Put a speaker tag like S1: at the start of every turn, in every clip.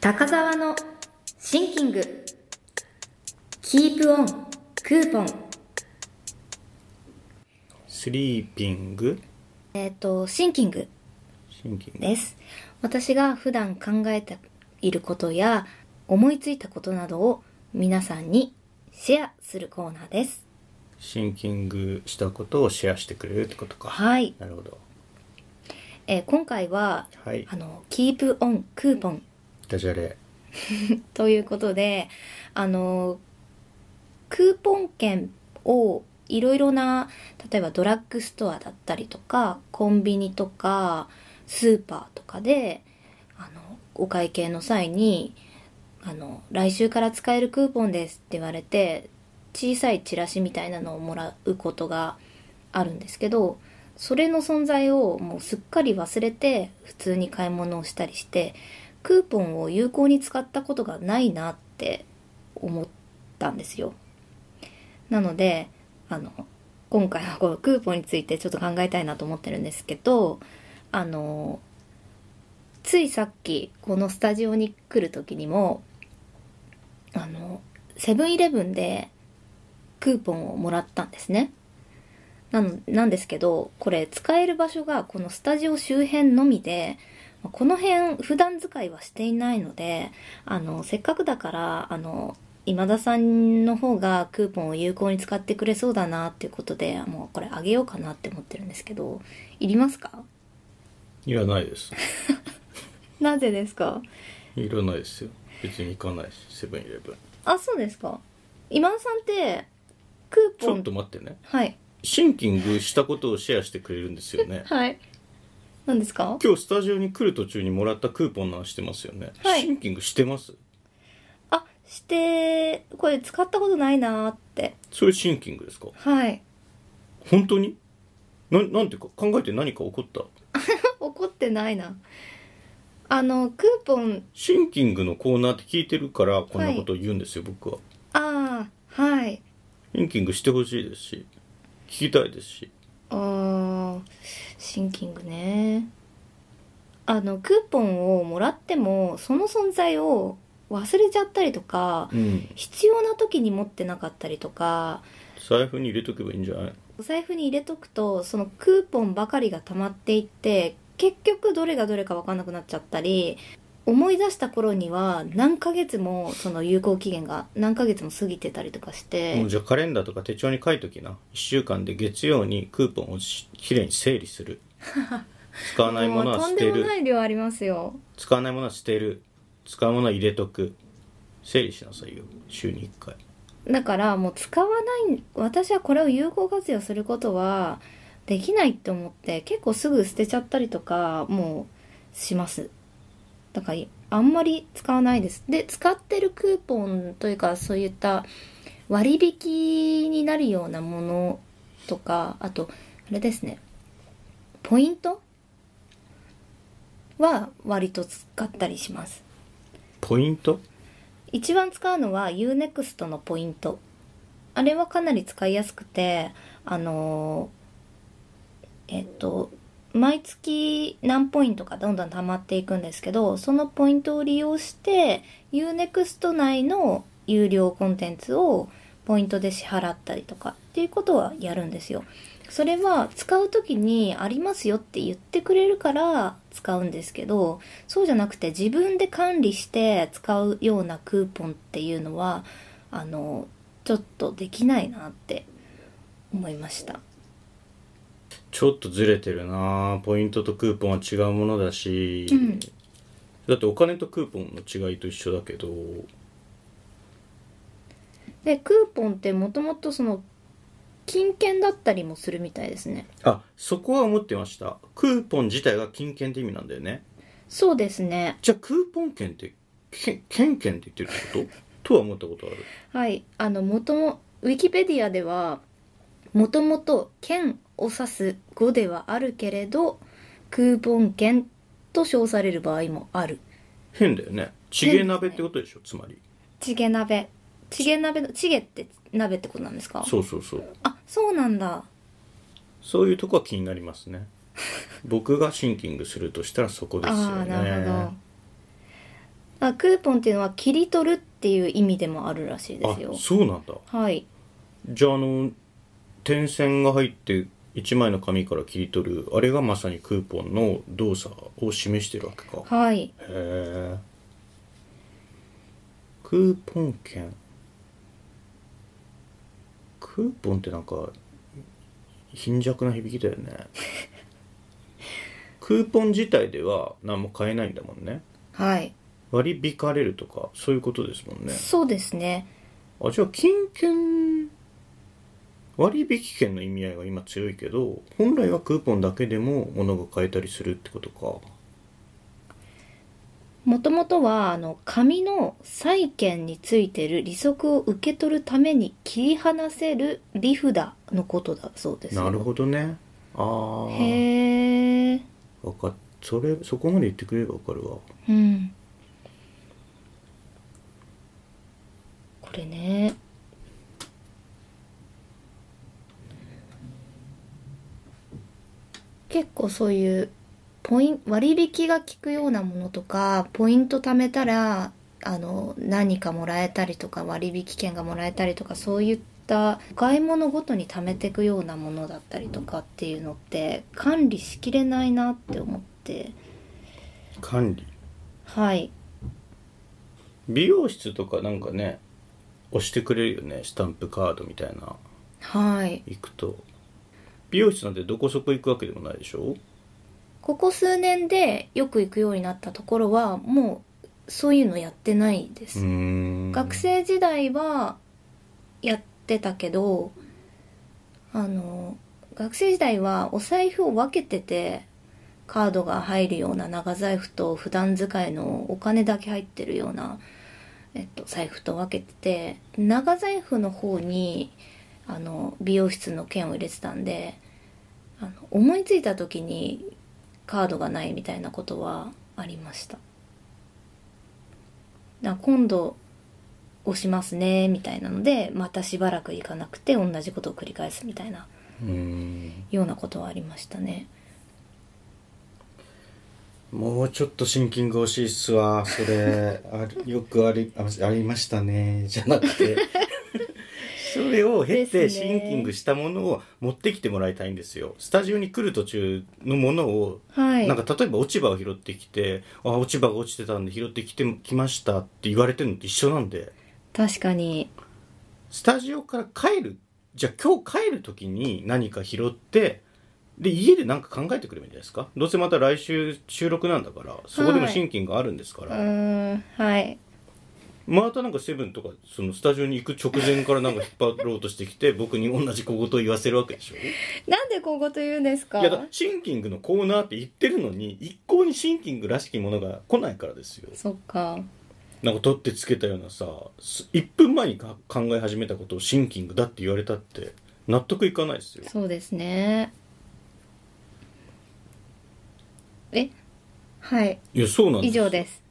S1: 高沢のシンキングキープオンクーポン
S2: スリーピング
S1: えっ、とシンキング
S2: シンキング
S1: です私が普段考えていることや思いついたことなどを皆さんにシェアするコーナーです
S2: シンキングしたことをシェアしてくれるってことか
S1: はい
S2: なるほど
S1: えー今回は、
S2: はい
S1: あのキープオンクーポン
S2: ダジャレ
S1: ということであのクーポン券をいろいろな例えばドラッグストアだったりとかコンビニとかスーパーとかであのお会計の際にあの「来週から使えるクーポンです」って言われて小さいチラシみたいなのをもらうことがあるんですけどそれの存在をもうすっかり忘れて普通に買い物をしたりしてクーポンを有効に使ったことがないなって思ったんですよなのであの今回はこのクーポンについてちょっと考えたいなと思ってるんですけどあのついさっきこのスタジオに来る時にもあのセブンイレブンでクーポンをもらったんですねなのなんですけどこれ使える場所がこのスタジオ周辺のみでまあこの辺普段使いはしていないのであのせっかくだからあの今田さんの方がクーポンを有効に使ってくれそうだなっていうことでもうこれあげようかなって思ってるんですけどいりますか
S2: いらないです
S1: なぜですか
S2: いらないですよ別に行かないしセブンイレブン
S1: あそうですか今田さんってクー
S2: ち
S1: ポ
S2: ょっ
S1: ン
S2: と待ってね
S1: はい
S2: シンキングしたことをシェアしてくれるんで すよね
S1: はい何ですか
S2: 今日スタジオに来る途中にもらったクーポンの話してますよね、
S1: はい
S2: シンキングしてます
S1: あしてこれ使ったことないなーって
S2: そういうシンキングですか
S1: はい
S2: 本当にななんていうか考えて何か起こった
S1: 怒ってないなあのクーポン
S2: シンキングのコーナーって聞いてるからこんなことを言うんですよ、僕は
S1: ああはい
S2: シンキングしてほしいですし聞きたいですし
S1: あーシンキングねあのクーポンをもらってもその存在を忘れちゃったりとか
S2: うん
S1: 必要な時に持ってなかったりとか
S2: 財布に入れとけばいいんじゃない
S1: お財布に入れとくとそのクーポンばかりが溜まっていって結局どれがどれか分かんなくなっちゃったり思い出した頃には何ヶ月もその有効期限が何ヶ月も過ぎてたりとかして、
S2: もうじゃあカレンダーとか手帳に書いときな1週間で月曜にクーポンをしきれいに整理 する使わないもの
S1: もう
S2: は
S1: と
S2: 捨
S1: ん
S2: て
S1: でも
S2: る
S1: ない量ありますよ
S2: 使わないものは捨てる使うものは入れとく整理しなさいよ週に1回
S1: だからもう使わない私はこれを有効活用することはできないって思って結構すぐ捨てちゃったりとかもうしますだからあんまり使わないですで使ってるクーポンというかそういった割引になるようなものとかあとあれですねポイントは割と使ったりします
S2: ポイント
S1: 一番使うのは UNEXT のポイントあれはかなり使いやすくてあのーえっと毎月何ポイントかどんどん溜まっていくんですけどそのポイントを利用して UNEXT 内の有料コンテンツをポイントで支払ったりとかっていうことはやるんですよそれは使う時にありますよって言ってくれるから使うんですけどそうじゃなくて自分で管理して使うようなクーポンっていうのはあのちょっとできないなって思いました
S2: ちょっとずれてるなポイントとクーポンは違うものだし、
S1: うん
S2: だってお金とクーポンの違いと一緒だけど
S1: でクーポンってもともとその金券だったりもするみたいですね
S2: あそこは思ってましたクーポン自体が金券って意味なんだよね
S1: そうですね
S2: じゃあクーポン券ってけ券券って言ってるってこととは思ったことある
S1: はいあの元もウィキペディアではもともと券を指す語ではあるけれどクーポン券と称される場合もある
S2: 変だよねちげ鍋ってことでしょつまり
S1: チゲ鍋チゲ鍋のチゲって鍋ってことなんですか
S2: そうそうそう
S1: あそうなんだ
S2: そういうとこは気になりますね僕がシンキングするとしたらそこですよ
S1: ああ
S2: ね
S1: なるほどあクーポンっていうのは切り取るっていう意味でもあるらしいで
S2: あ
S1: すよ
S2: そうなんだ
S1: はい
S2: じゃああの点線が入って1枚の紙から切り取るあれがまさにクーポンの動作を示してるわけか
S1: はい
S2: へえクーポン券クーポンってなんか貧弱な響きだよねクーポン自体では何も買えないんだもんね
S1: はい
S2: 割り引かれるとかそういうことですもんね
S1: そうですね
S2: あじゃあ金券割引券の意味合いが今強いけど本来はクーポンだけでも物が買えたりするってことか
S1: もともとはあの紙の債券についてる利息を受け取るために切り離せる利札のことだそうですよ
S2: なるほどねああ
S1: へえ
S2: わかっそれそこまで言ってくれればわかるわ
S1: うんこれね結構そういうポイン割引が効くようなものとかポイント貯めたらあの何かもらえたりとか割引券がもらえたりとかそういったお買い物ごとに貯めていくようなものだったりとかっていうのって管理しきれないなって思って
S2: 管理
S1: はい
S2: 美容室とかなんかね押してくれるよねスタンプカードみたいな
S1: はい
S2: 行くと美容室なんてどこそこ行くわけでもないでしょ
S1: ここ数年でよく行くようになったところはもうそういうのやってないで
S2: う
S1: す、
S2: ーん
S1: 学生時代はやってたけどあの学生時代はお財布を分けててカードが入るような長財布と普段使いのお金だけ入ってるような、えっと、財布と分けてて長財布の方にあの美容室の券を入れてたんであの思いついた時にカードがないみたいなことはありましただから今度押しますねみたいなのでまたしばらく行かなくて同じことを繰り返すみたいな
S2: うーん
S1: ようなことはありましたね
S2: もうちょっとシンキング欲しいっすわそ れあるよくありあありましたねじゃなくて それを経て
S1: です
S2: シ
S1: ね
S2: ンキングしたものを持ってきてもらいたいんですよスタジオに来る途中のものを
S1: はい
S2: なんか例えば落ち葉を拾ってきて「あ落ち葉が落ちてたんで拾ってきてきました」って言われてるのと一緒なんで
S1: 確かに
S2: スタジオから帰るじゃあ今日帰る時に何か拾ってで家で何か考えてくればいいんじゃないですかどうせまた来週収録なんだからそこでも
S1: はい
S2: シンキングあるんですか
S1: う
S2: ら、
S1: ーんはい
S2: またなんかセブンとかそのスタジオに行く直前からなんか引っ張ろうとしてきて僕に同じ小言を言わせるわけでしょ
S1: なんでここと言うんですか
S2: いやだシンキングのコーナーって言ってるのに一向にシンキングらしきものが来ないからですよ
S1: そっか
S2: なんか取ってつけたようなさす1分前にか考え始めたことをシンキングだって言われたって納得いかないですよ
S1: そうですねえはい
S2: いやそうなんです
S1: 以上です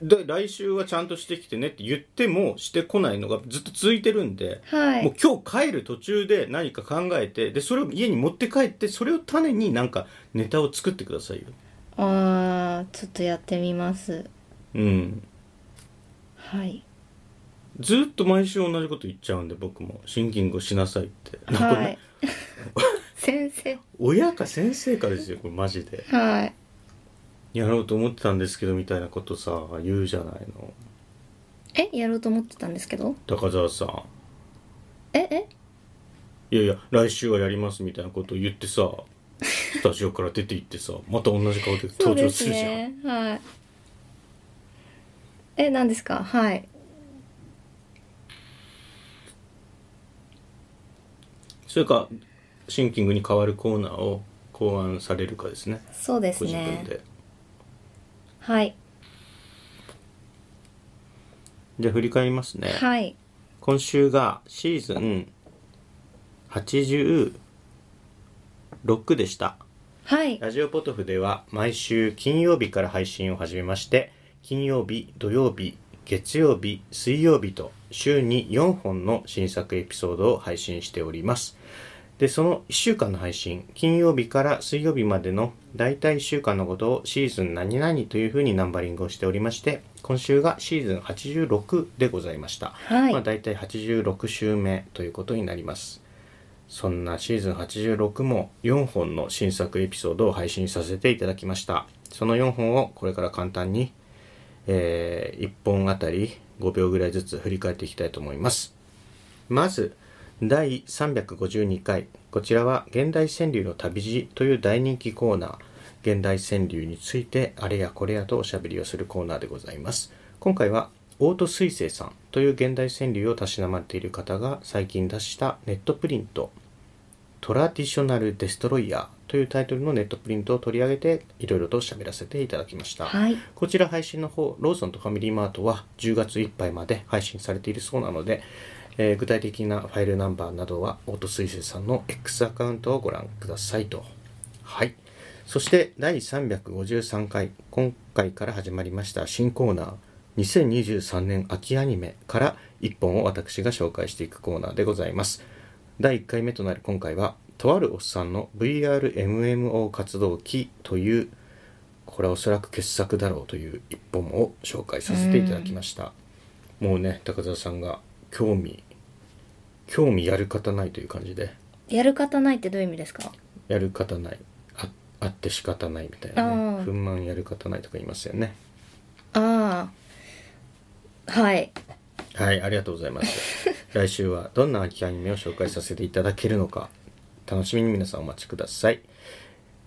S2: で来週はちゃんとしてきてねって言ってもしてこないのがずっと続いてるんで、
S1: はい
S2: も
S1: う
S2: 今日帰る途中で何か考えてでそれを家に持って帰ってそれを種になんかネタを作ってくださいよ
S1: あーちょっとやってみます
S2: うん
S1: はい
S2: ずっと毎週同じこと言っちゃうんで僕もシンキングをしなさいって、こ
S1: は
S2: れ
S1: い 先生
S2: 親か先生かですよこれマジで
S1: はい
S2: やろうと思ってたんですけどみたいなことさ言うじゃないの
S1: えやろうと思ってたんですけど
S2: 高澤さん
S1: ええ
S2: いやいや来週はやりますみたいなことを言っ てさスタジオから出て行ってさまた同じ顔で
S1: そう
S2: 登
S1: で
S2: 場す
S1: す
S2: るじゃん、
S1: ねはいえ何ですかはい
S2: それかシンキングに変わるコーナーを考案されるかですね
S1: そうです
S2: ご自分
S1: ね
S2: で
S1: はい
S2: じゃあ振り返りますね、
S1: はい
S2: 今週がシーズン86でした
S1: はい
S2: ラジオポトフでは毎週金曜日から配信を始めまして金曜日土曜日月曜日水曜日と週に4本の新作エピソードを配信しておりますで、その1週間の配信、金曜日から水曜日までの大体1週間のことをシーズン何々というふうにナンバリングをしておりまして、今週がシーズン86でございました。
S1: はい
S2: まあ大体86週目ということになります。そんなシーズン86も4本の新作エピソードを配信させていただきました。その4本をこれから簡単に、え1本あたり5秒ぐらいずつ振り返っていきたいと思います。まず第352回こちらは「現代川柳の旅路」という大人気コーナー現代川柳についてあれやこれやとおしゃべりをするコーナーでございます今回は大戸水星さんという現代川柳をたしなまっている方が最近出したネットプリント「トラディショナル・デストロイヤー」というタイトルのネットプリントを取り上げていろいろとしゃべらせていただきました、
S1: はい
S2: こちら配信の方、ローソンとファミリーマートは10月いっぱいまで配信されているそうなので、えー具体的なファイルナンバーなどは、オート水星さんの X アカウントをご覧くださいと。はい。そして、第353回、今回から始まりました新コーナー、2023年秋アニメから1本を私が紹介していくコーナーでございます。第1回目となる今回は、とあるおっさんの VRMMO 活動記というこれはおそらく傑作だろうという一本を紹介させていただきました、もうね高澤さんが興味興味やる方ないという感じで
S1: やる方ないってどういう意味ですか
S2: やる方ないああって仕方ないみたいな
S1: あ
S2: ね
S1: ー
S2: 不満やる方ないとか言いますよね
S1: ああはい
S2: はいありがとうございます来週はどんな秋アニメを紹介させていただけるのか楽しみに皆さんお待ちください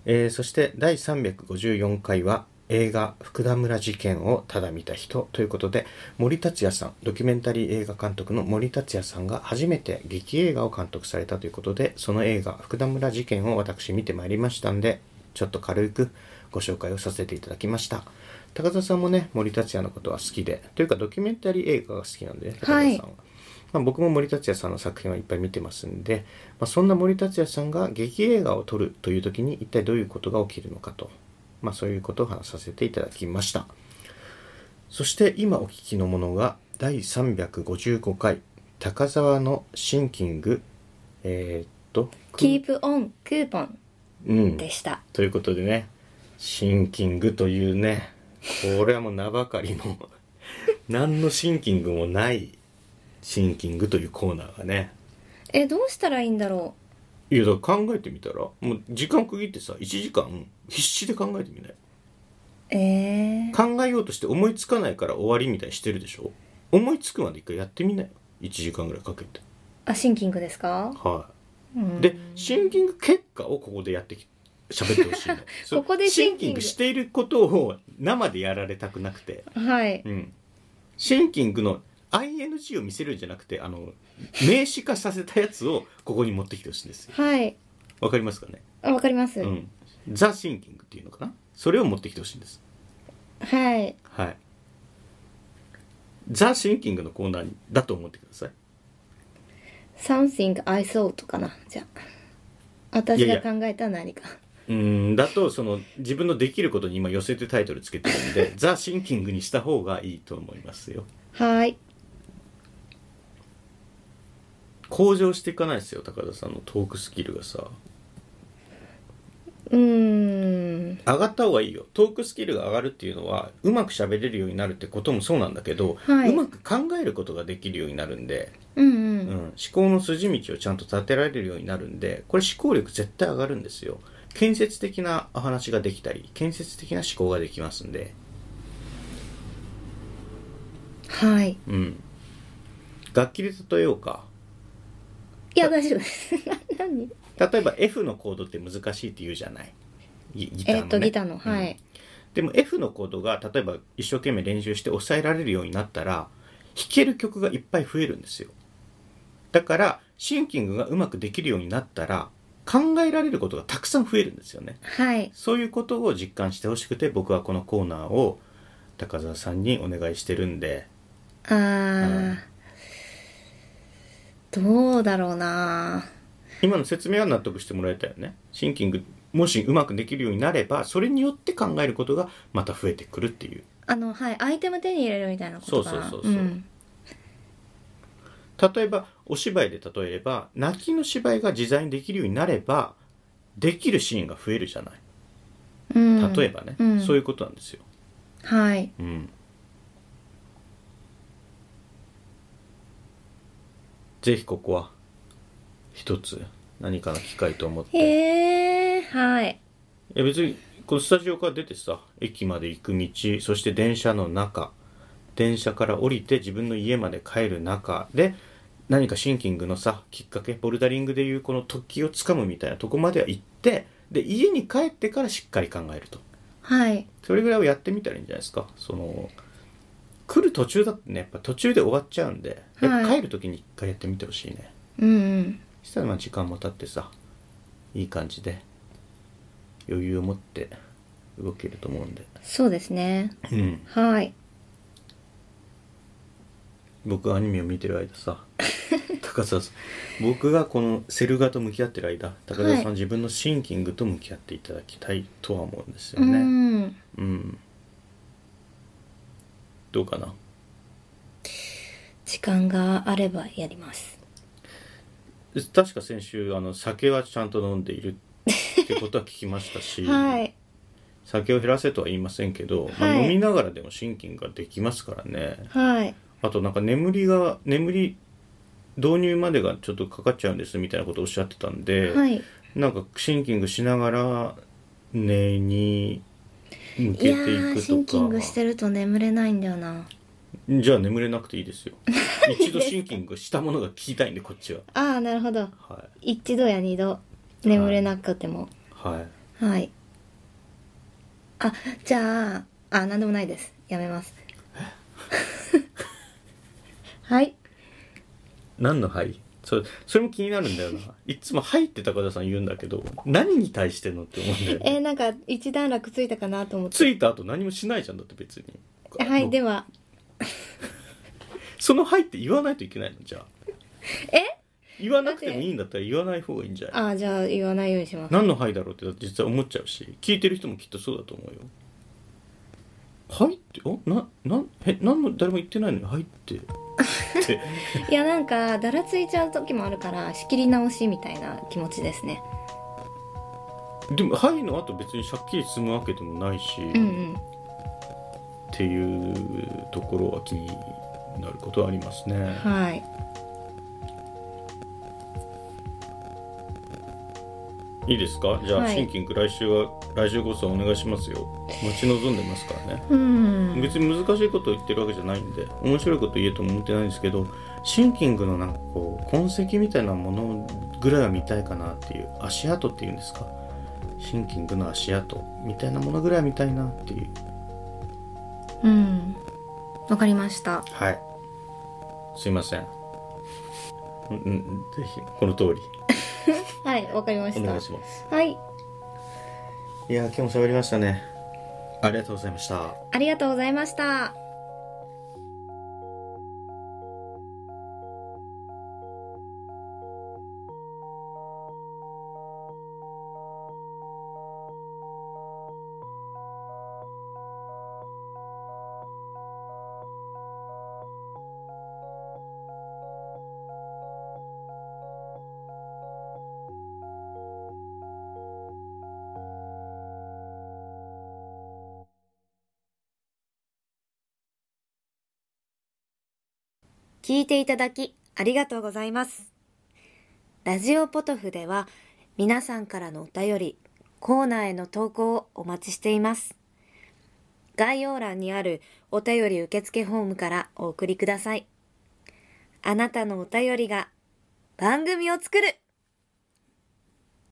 S2: えーそして第354回は映画「福田村事件をただ見た人」ということで森達也さんドキュメンタリー映画監督の森達也さんが初めて劇映画を監督されたということでその映画「福田村事件」を私見てまいりましたんでちょっと軽くご紹介をさせていただきました高田さんもね森達也のことは好きでというかドキュメンタリー映画が好きなんでね高田さんは、
S1: はい
S2: まあ、僕も森達也さんの作品はいっぱい見てますんで、まあ、そんな森達也さんが劇映画を撮るという時に一体どういうことが起きるのかと、まあ、そういうことを話させていただきましたそして今お聞きのものが第355回高沢のシンキングえーっと
S1: 「Keep on クーポン
S2: うん」
S1: でした、
S2: ということでねシンキングというねこれはもう名ばか りの何のシンキングもないシンキングというコーナーがね
S1: えどうしたらいいんだろ
S2: いやだから考えてみたらもう時間区切ってさ1時間必死で考えてみないう
S1: えー、
S2: 考えようとして思いつかないから終わりみたいにしてるでしょ思いつくまで一回やってみなよ1時間ぐらいかけて
S1: あシンキングですか、
S2: は
S1: う
S2: い
S1: ん、
S2: でシンキング結果をここでやってき喋ってほ しいのそう
S1: ここでシンキング
S2: シンキングしていることを生でやられたくなくて
S1: はい
S2: うん、シンキングの ING を見せるんじゃなくてあの名詞化させたやつをここに持ってきてほしいんですよ
S1: はい
S2: わかりますかね、
S1: あわかります、
S2: うん、ザ・シンキングっていうのかなそれを持ってきてほしいんです
S1: はい
S2: はいザ・シンキングのコーナーだと思ってください
S1: Something I thought かなじゃあ私が考えた何か
S2: うんだとその自分のできることに今寄せてタイトルつけてるんでザ・シンキングにした方がいいと思いますよ
S1: はい
S2: 向上していかないですよ高田さんのトークスキルがさ
S1: うーん
S2: 上がった方がいいよトークスキルが上がるっていうのはうまく喋れるようになるってこともそうなんだけど、
S1: はいう
S2: まく考えることができるようになるんで、
S1: うんう
S2: うん
S1: ん、
S2: 思考の筋道をちゃんと立てられるようになるんでこれ思考力絶対上がるんですよ建設的なお話ができたり建設的な思考ができますんで
S1: はい
S2: うん楽器で例えようか
S1: いや大丈夫です何
S2: 例えば F のコードって難しいって言うじゃないギギター
S1: え
S2: の、
S1: っ
S2: ね、
S1: とギターの
S2: うん
S1: はい、
S2: でも F のコードが例えば一生懸命練習して抑えられるようになったら弾ける曲がいっぱい増えるんですよだからシンキングがうまくできるようになったら考えられることがたくさん増えるんですよね
S1: はい
S2: そういうことを実感してほしくて僕はこのコーナーを高澤さんにお願いしてるんで
S1: あー、どうだろうな
S2: 今の説明は納得してもらえたよねシンキングもしうまくできるようになればそれによって考えることがまた増えてくるっていう
S1: あのはいアイテム手に入れるみたいなことかな
S2: そうそうそうそうん例えばお芝居で例えれば泣きの芝居が自在にできるようになればできるシーンが増えるじゃない
S1: うん、
S2: 例えばね、
S1: うん
S2: そういうことなんですよ、
S1: はい
S2: うん、ぜひここは一つ何かの機会と思って、
S1: へえはい
S2: いや別にこのスタジオから出てさ駅まで行く道そして電車の中電車から降りて自分の家まで帰る中で何かシンキングのさきっかけボルダリングでいうこの突起をつかむみたいなとこまでは行ってで家に帰ってからしっかり考えると
S1: はい
S2: それぐらいをやってみたらいいんじゃないですかその来る途中だってねやっぱ途中で終わっちゃうんで、やっぱ
S1: はい
S2: 帰る時に一回やってみてほしいね
S1: うんうん
S2: そしたらまあ時間も経ってさいい感じで余裕を持って動けると思うんで、
S1: そうですね
S2: うん、
S1: はい
S2: 僕アニメを見てる間さ 高澤さん僕がこのセル画と向き合ってる間高澤さん、
S1: はい
S2: 自分のシンキングと向き合っていただきたいとは思うんですよ
S1: う
S2: ね
S1: ん
S2: うん、どうかな
S1: 時間があればやります
S2: 確か先週あの酒はちゃんと飲んでいるってことは聞きました し、
S1: はい
S2: 酒を減らせとは言いませんけど、まあ
S1: はい
S2: 飲みながらでもシンキングができますからね
S1: はい
S2: あとなんか眠りが眠り導入までがちょっとかかっちゃうんですみたいなことをおっしゃってたんで、
S1: はい
S2: なんかシンキングしながら寝に向け
S1: い
S2: てい
S1: や
S2: くと
S1: ー
S2: か
S1: シンキングしてると眠れないんだよな
S2: じゃあ眠れなくてい いですよ一度シンキングしたものが聞きたいんでこっちは
S1: ああなるほど
S2: は
S1: 一度や二度眠れなくても
S2: いはい
S1: はい、あじゃああなんでもないですやめます はい
S2: 何の「はい」それそれも気になるんだよないつも「はい」って高田さん言うんだけど何に対してのって思うんだよ、
S1: えー
S2: ね、
S1: なんか一段落ついたかなと思って
S2: 着いた後何もしないじゃんだって別に
S1: はいでは
S2: その「はい」って言わないといけないのじゃあ
S1: え
S2: 言わなくてもいいんだったら言わない方がいいんじゃない
S1: あじゃあ言わないようにします
S2: 何の「はい」だろうって実は思っちゃうし聞いてる人もきっとそうだと思うよ「はい」っておななんえ何も誰も言ってないのに「はい」って って
S1: いやなんかだらついちゃう時もあるから仕切り直しみたいな気持ちですね
S2: でも「はい」の後別にしゃっきり進むわけでもないし、
S1: うんうん
S2: っていうところは気になることはありますね。
S1: はい
S2: いいですかじゃあ、
S1: はい
S2: シンキング来週は来週こそお願いしますよ待ち望んでますからね
S1: うん
S2: 別に難しいことを言ってるわけじゃないんで面白いこと言えとも思ってないんですけどシンキングのなんかこう痕跡みたいなものぐらいは見たいかなっていう足跡っていうんですかシンキングの足跡みたいなものぐらいは見たいなっていう
S1: うんわかりました
S2: はいすいませんうんうんぜひこの通り
S1: はいわかりま
S2: お
S1: し
S2: 願い
S1: た
S2: します
S1: はい
S2: いやー今日も喋りましたねありがとうございました
S1: ありがとうございました聞いていただきありがとうございます。ラジオポトフでは皆さんからのお便り、コーナーへの投稿をお待ちしています。概要欄にあるお便り受付フォームからお送りください。あなたのお便りが番組を作る